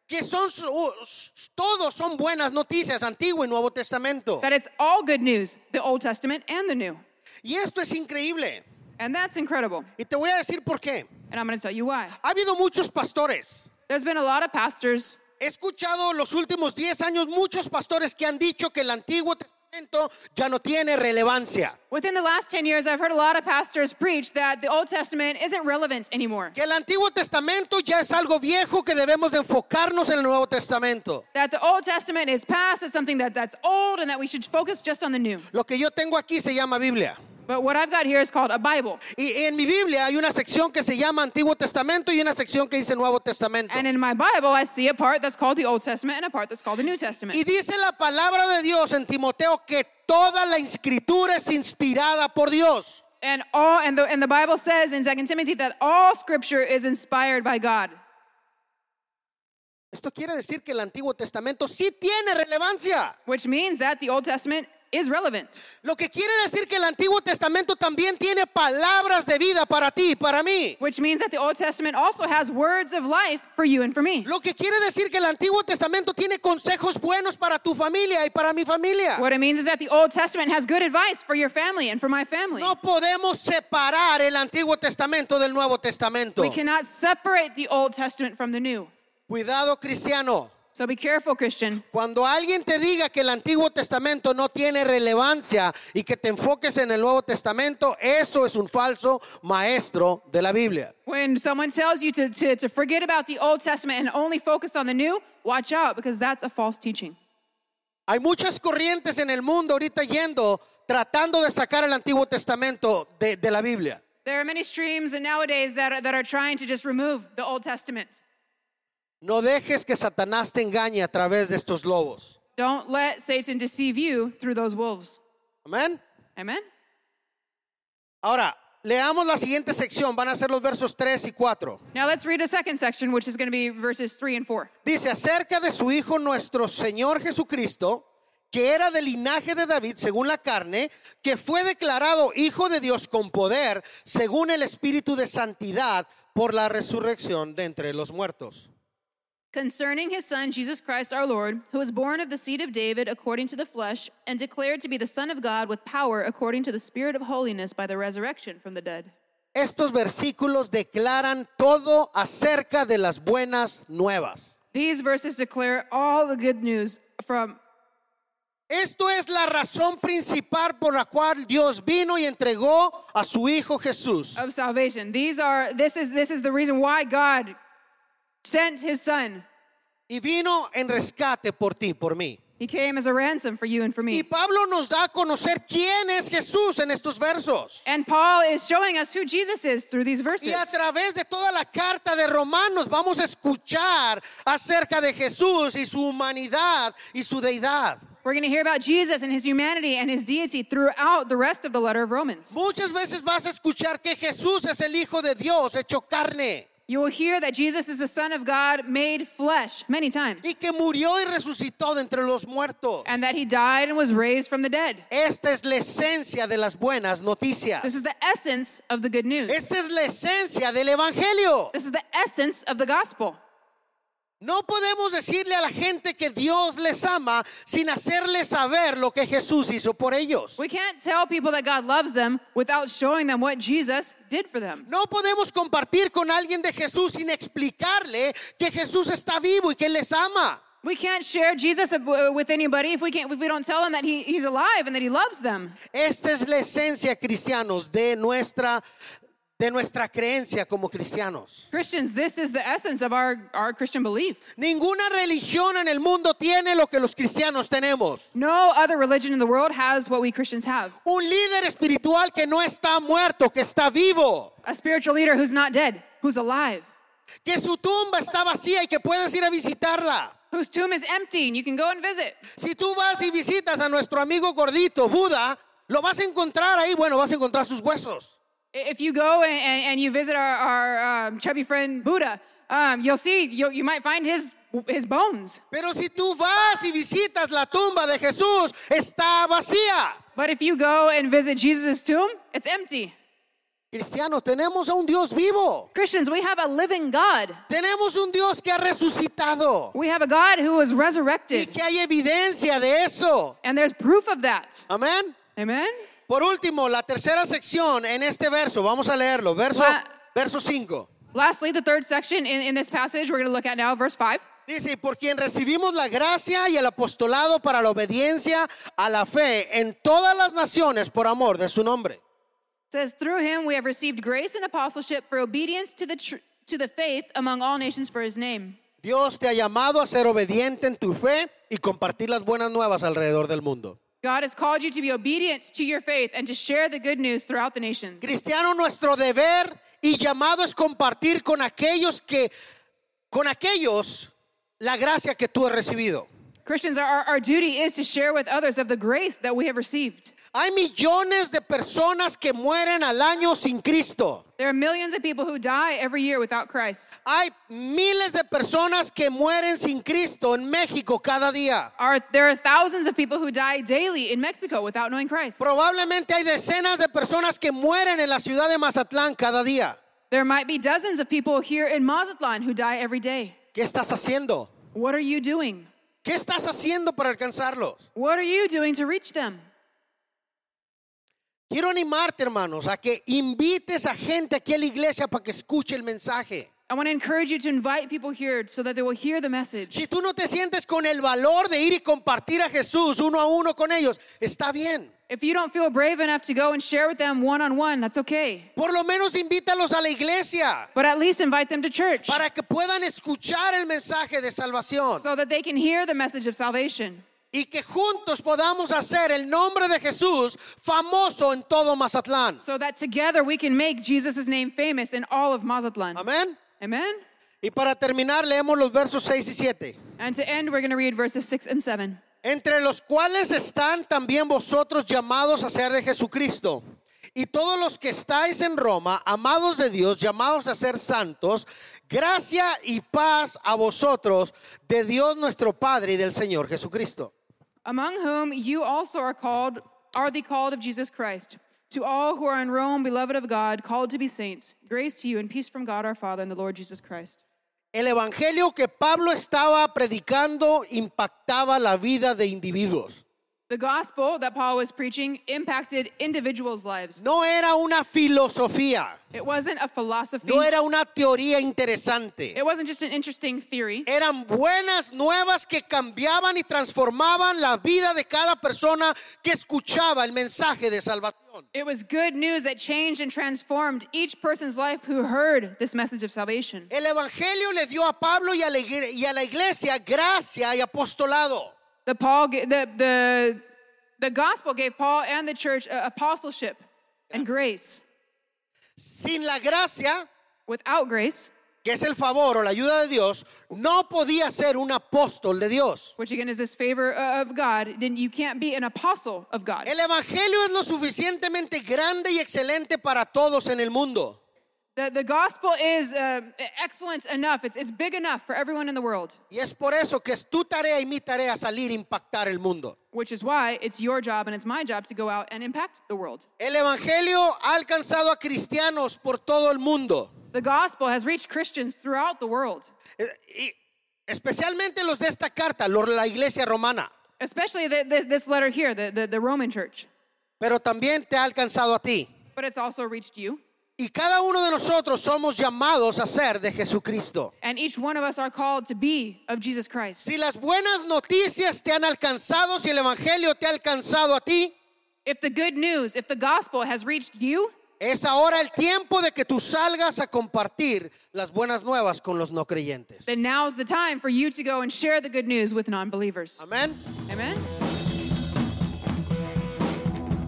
Speaker 2: que son su- u- s- todos son buenas noticias, Antiguo y Nuevo Testamento.
Speaker 3: that it's all good news, the Old Testament and the new.
Speaker 2: Y esto es increíble.
Speaker 3: And that's incredible.
Speaker 2: Y te voy a decir por qué.
Speaker 3: And I'm going to tell you why.
Speaker 2: Ha habido muchos pastores.
Speaker 3: There's been a lot of pastors
Speaker 2: He escuchado los últimos 10 años muchos pastores que han dicho que el Antiguo Testamento ya no tiene relevancia,
Speaker 3: Within the last 10 years, I've heard a lot of pastors preach that the Old Testament isn't relevant anymore.
Speaker 2: que el Antiguo Testamento ya es algo viejo que debemos de enfocarnos en el Nuevo Testamento.
Speaker 3: That the Old Testament is past, it's something that, that's old, and that we should focus just on the new.
Speaker 2: Lo que yo tengo aquí se llama Biblia.
Speaker 3: But what I've got here is called a Bible.
Speaker 2: Y en mi Biblia hay una sección que se llama Antiguo Testamento y una sección que dice Nuevo Testamento.
Speaker 3: And in my Bible, I see a part that's called the Old Testament and a part that's called the New
Speaker 2: Y
Speaker 3: Testament.
Speaker 2: dice la palabra de Dios en Timoteo que toda la escritura es inspirada por Dios.
Speaker 3: And all and the, and the Bible says in 2 Timothy that all scripture is inspired by God.
Speaker 2: Esto quiere decir que el Antiguo Testamento sí tiene relevancia.
Speaker 3: Which means that the Old Testament is relevant.
Speaker 2: Lo que quiere decir que el Antiguo Testamento también tiene palabras de vida para ti y para mí.
Speaker 3: Which means that the Old Testament also has words of life for you and for me.
Speaker 2: Lo que quiere decir que el Antiguo Testamento tiene consejos buenos para tu familia y para mi familia.
Speaker 3: What it means is that the Old Testament has good advice for your family and for my family.
Speaker 2: No podemos separar el Antiguo Testamento del Nuevo Testamento.
Speaker 3: We cannot separate the Old Testament from the New.
Speaker 2: Cuidado cristiano.
Speaker 3: So be careful, Christian.
Speaker 2: Cuando alguien te diga que el Antiguo Testamento no tiene relevancia y que te enfoques en el Nuevo Testamento, eso es un falso maestro de la Biblia.
Speaker 3: When someone tells you to, to, to forget about the Old Testament and only focus on the New, watch out because that's a false teaching.
Speaker 2: Hay muchas corrientes en el mundo ahorita yendo, tratando de sacar el Antiguo Testamento de, de la Biblia.
Speaker 3: There are many streams and nowadays that are, that are trying to just remove the Old Testament.
Speaker 2: No dejes que Satanás te engañe a través de estos lobos.
Speaker 3: Don't let Satan deceive you through those wolves.
Speaker 2: Amén.
Speaker 3: Amen?
Speaker 2: Ahora, leamos la siguiente sección. Van a ser los versos 3 y 4.
Speaker 3: Now let's read a second section, which is going to be verses 3 and 4.
Speaker 2: Dice acerca de su Hijo nuestro Señor Jesucristo, que era del linaje de David según la carne, que fue declarado Hijo de Dios con poder según el Espíritu de Santidad por la resurrección de entre los muertos.
Speaker 3: Concerning his son Jesus Christ our Lord, who was born of the seed of David according to the flesh, and declared to be the Son of God with power according to the Spirit of holiness by the resurrection from the dead.
Speaker 2: Estos versículos declaran todo acerca de las buenas nuevas.
Speaker 3: These verses declare all the good news from
Speaker 2: Esto es la razón principal por la cual Dios vino y entregó a su Hijo Jesús.
Speaker 3: of salvation. These are this is this is the reason why God sent his son.
Speaker 2: Y vino en rescate por ti, por mí.
Speaker 3: He came as a ransom for you and for
Speaker 2: Y
Speaker 3: me.
Speaker 2: Pablo nos da a conocer quién es Jesús en estos versos.
Speaker 3: And Paul is showing us who Jesus is through these
Speaker 2: Y
Speaker 3: verses.
Speaker 2: a través de toda la carta de Romanos vamos a escuchar acerca de Jesús y su humanidad y su deidad.
Speaker 3: We're going to hear about Jesus and his humanity and his deity throughout the rest of the letter of Romans.
Speaker 2: Muchas veces vas a escuchar que Jesús es el Hijo de Dios hecho carne
Speaker 3: You will hear that Jesus is the Son of God made flesh many times,
Speaker 2: y que murió y resucitó de entre los muertos.
Speaker 3: and that he died and was raised from the dead.
Speaker 2: Esta es la esencia de las buenas noticias.
Speaker 3: This is the essence of the good news.
Speaker 2: Esta es la esencia del Evangelio.
Speaker 3: This is the essence of the gospel.
Speaker 2: No podemos decirle a la gente que Dios les ama sin hacerles saber lo que Jesús hizo por ellos.
Speaker 3: We can't tell people that God loves them without showing them what Jesus did for them.
Speaker 2: No podemos compartir con alguien de Jesús sin explicarle que Jesús está vivo y que les ama.
Speaker 3: We can't share Jesus ab- uh, with anybody if we can't if we don't tell them that he, he's alive and that he loves them.
Speaker 2: Esta es la esencia, cristianos, de nuestra de nuestra creencia como cristianos.
Speaker 3: Christians, this is the essence of our, our Christian belief.
Speaker 2: Ninguna religión en el mundo tiene lo que los cristianos tenemos.
Speaker 3: No other religion in the world has what we Christians have.
Speaker 2: Un líder espiritual que no está muerto, que está vivo,
Speaker 3: A spiritual leader who's not dead, who's alive,
Speaker 2: que su tumba está vacía y que puedes ir a visitarla.
Speaker 3: whose tomb is empty and you can go and visit.
Speaker 2: Si tú vas y visitas a nuestro amigo gordito Buda, lo vas a encontrar ahí, bueno, vas a encontrar sus huesos.
Speaker 3: I- If you go and, and, and you visit our, our um, chubby friend Buddha, um, you'll see you you might find his his bones.
Speaker 2: Pero si tú vas y visitas la tumba de Jesús, está vacía.
Speaker 3: But if you go and visit Jesus' tomb, it's empty.
Speaker 2: Cristianos, tenemos a un Dios vivo.
Speaker 3: Christians, we have a living God.
Speaker 2: Tenemos un Dios que ha resucitado
Speaker 3: We have a God who was
Speaker 2: y
Speaker 3: resurrected.
Speaker 2: que hay evidencia de eso.
Speaker 3: And there's proof of that.
Speaker 2: Amén.
Speaker 3: Amen?
Speaker 2: Por último, la tercera sección en este verso, vamos a leerlo, verso
Speaker 3: La-
Speaker 2: verso 5.
Speaker 3: Lastly, the third section in, in this passage we're going to look at now, verse 5.
Speaker 2: Dice, "Y por quien recibimos la gracia y el apostolado para la obediencia a la fe en todas las naciones por amor de su nombre.
Speaker 3: says, Through him we have received grace and apostleship for obedience to the, tr- to the faith among all nations for his name.
Speaker 2: Dios te ha llamado a ser obediente en tu fe y compartir las buenas nuevas alrededor del mundo.
Speaker 3: God has called you to be obedient to your faith and to share the good news throughout the nations.
Speaker 2: Cristiano, nuestro deber y llamado es compartir con aquellos que con aquellos la gracia que tú has recibido.
Speaker 3: Christians, our, our duty is to share with others of the grace that we have received.
Speaker 2: Hay millones de personas que mueren al año sin Cristo.
Speaker 3: There are millions of people who die every year without Christ.
Speaker 2: Hay miles de personas que mueren sin Cristo en México cada día.
Speaker 3: Are, there are thousands of people who die daily in Mexico without knowing Christ.
Speaker 2: Probablemente hay decenas de personas que mueren en la ciudad de Mazatlán cada día.
Speaker 3: There might be dozens of people here in Mazatlan who die every day.
Speaker 2: ¿Qué estás haciendo?
Speaker 3: What are you doing?
Speaker 2: ¿Qué estás haciendo para alcanzarlos?
Speaker 3: What are you doing to reach them?
Speaker 2: Quiero animarte, hermanos, a que invites a gente aquí a la iglesia para que escuche el mensaje.
Speaker 3: I want to encourage you to invite people here so that they will hear the message.
Speaker 2: Si tú no te sientes con el valor de ir y compartir a Jesús uno a uno con ellos, está bien.
Speaker 3: If you don't feel brave enough to go and share with them one on one, that's okay.
Speaker 2: Por lo menos invítalos a la iglesia
Speaker 3: But at least invite them to church
Speaker 2: para que puedan escuchar el mensaje de salvación
Speaker 3: so that they can hear the message of salvation.
Speaker 2: y que juntos podamos hacer el nombre de Jesús famoso en todo Mazatlán.
Speaker 3: So that together we can make Jesus' name famous in all of Mazatlan.
Speaker 2: Amén.
Speaker 3: Amen?
Speaker 2: Y para terminar leemos los versos 6 y 7.
Speaker 3: And to end, we're going to read verses 6 and 7.
Speaker 2: entre los cuales están también vosotros llamados a ser de Jesucristo. Y todos los que estáis en Roma, amados de Dios, llamados a ser santos, gracia y paz a vosotros de Dios nuestro Padre y del Señor Jesucristo.
Speaker 3: among whom you also are called are the called of Jesus Christ. To all who are in Rome, beloved of God, called to be saints, grace to you and peace from God our Father and the Lord Jesus Christ.
Speaker 2: El evangelio que Pablo estaba predicando impactaba la vida de individuos.
Speaker 3: The gospel that Paul was preaching impacted individuals' lives.
Speaker 2: No era una filosofía,
Speaker 3: It wasn't a philosophy.
Speaker 2: no era una teoría interesante.
Speaker 3: It wasn't just an interesting theory.
Speaker 2: eran buenas nuevas que cambiaban y transformaban la vida de cada persona que escuchaba el mensaje de salvación.
Speaker 3: It was good news that changed and transformed each person's life who heard this message of salvation.
Speaker 2: El Evangelio le dio a Pablo y a la, igre- y a la iglesia gracia y apostolado.
Speaker 3: The Paul ga- the the the gospel gave Paul and the church uh, apostleship and grace.
Speaker 2: Sin la gracia,
Speaker 3: Without grace,
Speaker 2: que es el favor o la ayuda de Dios, no podía ser un apóstol de Dios.
Speaker 3: which again is this favor uh, of God, then you can't be an apostle of God.
Speaker 2: El Evangelio es lo suficientemente grande y excelente para todos en el mundo.
Speaker 3: The, the gospel is um, excellent enough, it's, it's big enough for everyone in the world,
Speaker 2: Y es por eso que es tu tarea y mi tarea salir e impactar el mundo.
Speaker 3: which is why it's your job and it's my job to go out and impact the world.
Speaker 2: El Evangelio ha alcanzado a cristianos por todo el mundo,
Speaker 3: The gospel has reached Christians throughout the world,
Speaker 2: eh, y especialmente los de esta carta, los de la iglesia romana,
Speaker 3: especially the, the, this letter here, the, the, the Roman church,
Speaker 2: pero también te ha alcanzado a ti.
Speaker 3: but it's also reached you.
Speaker 2: Y cada uno de nosotros somos llamados a ser de Jesucristo.
Speaker 3: And each one of us are called to be of Jesus Christ.
Speaker 2: Si las buenas noticias te han alcanzado, si el Evangelio te ha alcanzado a ti,
Speaker 3: If the good news, if the gospel has reached you,
Speaker 2: es ahora el tiempo de que tú salgas a compartir las buenas nuevas con los no creyentes.
Speaker 3: then now's the time for you to go and share the good news with non believers.
Speaker 2: Amén.
Speaker 3: Amen.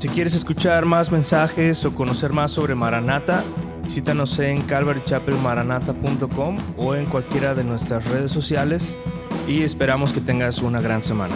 Speaker 1: Si quieres escuchar más mensajes o conocer más sobre Maranata, visítanos en calvarychapelmaranata.com o en cualquiera de nuestras redes sociales y esperamos que tengas una gran semana.